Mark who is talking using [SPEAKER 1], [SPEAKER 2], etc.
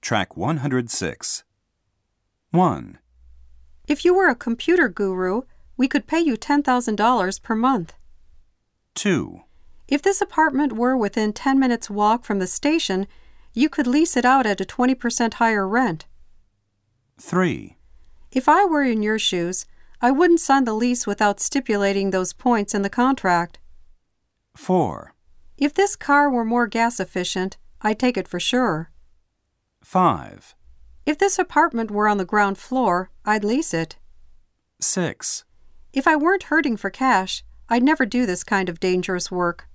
[SPEAKER 1] Track 106. 1,
[SPEAKER 2] If you were a computer guru, we could pay you $10,000 per month.
[SPEAKER 1] 2,
[SPEAKER 2] If this apartment were within 10 minutes' walk from the station, you could lease it out at a 20% higher rent.
[SPEAKER 1] 3,
[SPEAKER 2] If I were in your shoes, I wouldn't sign the lease without stipulating those points in the contract.
[SPEAKER 1] 4,
[SPEAKER 2] If this car were more gas efficient, I'd take it for sure.
[SPEAKER 1] 5,
[SPEAKER 2] If this apartment were on the ground floor, I'd lease it.
[SPEAKER 1] 6,
[SPEAKER 2] If I weren't hurting for cash, I'd never do this kind of dangerous work.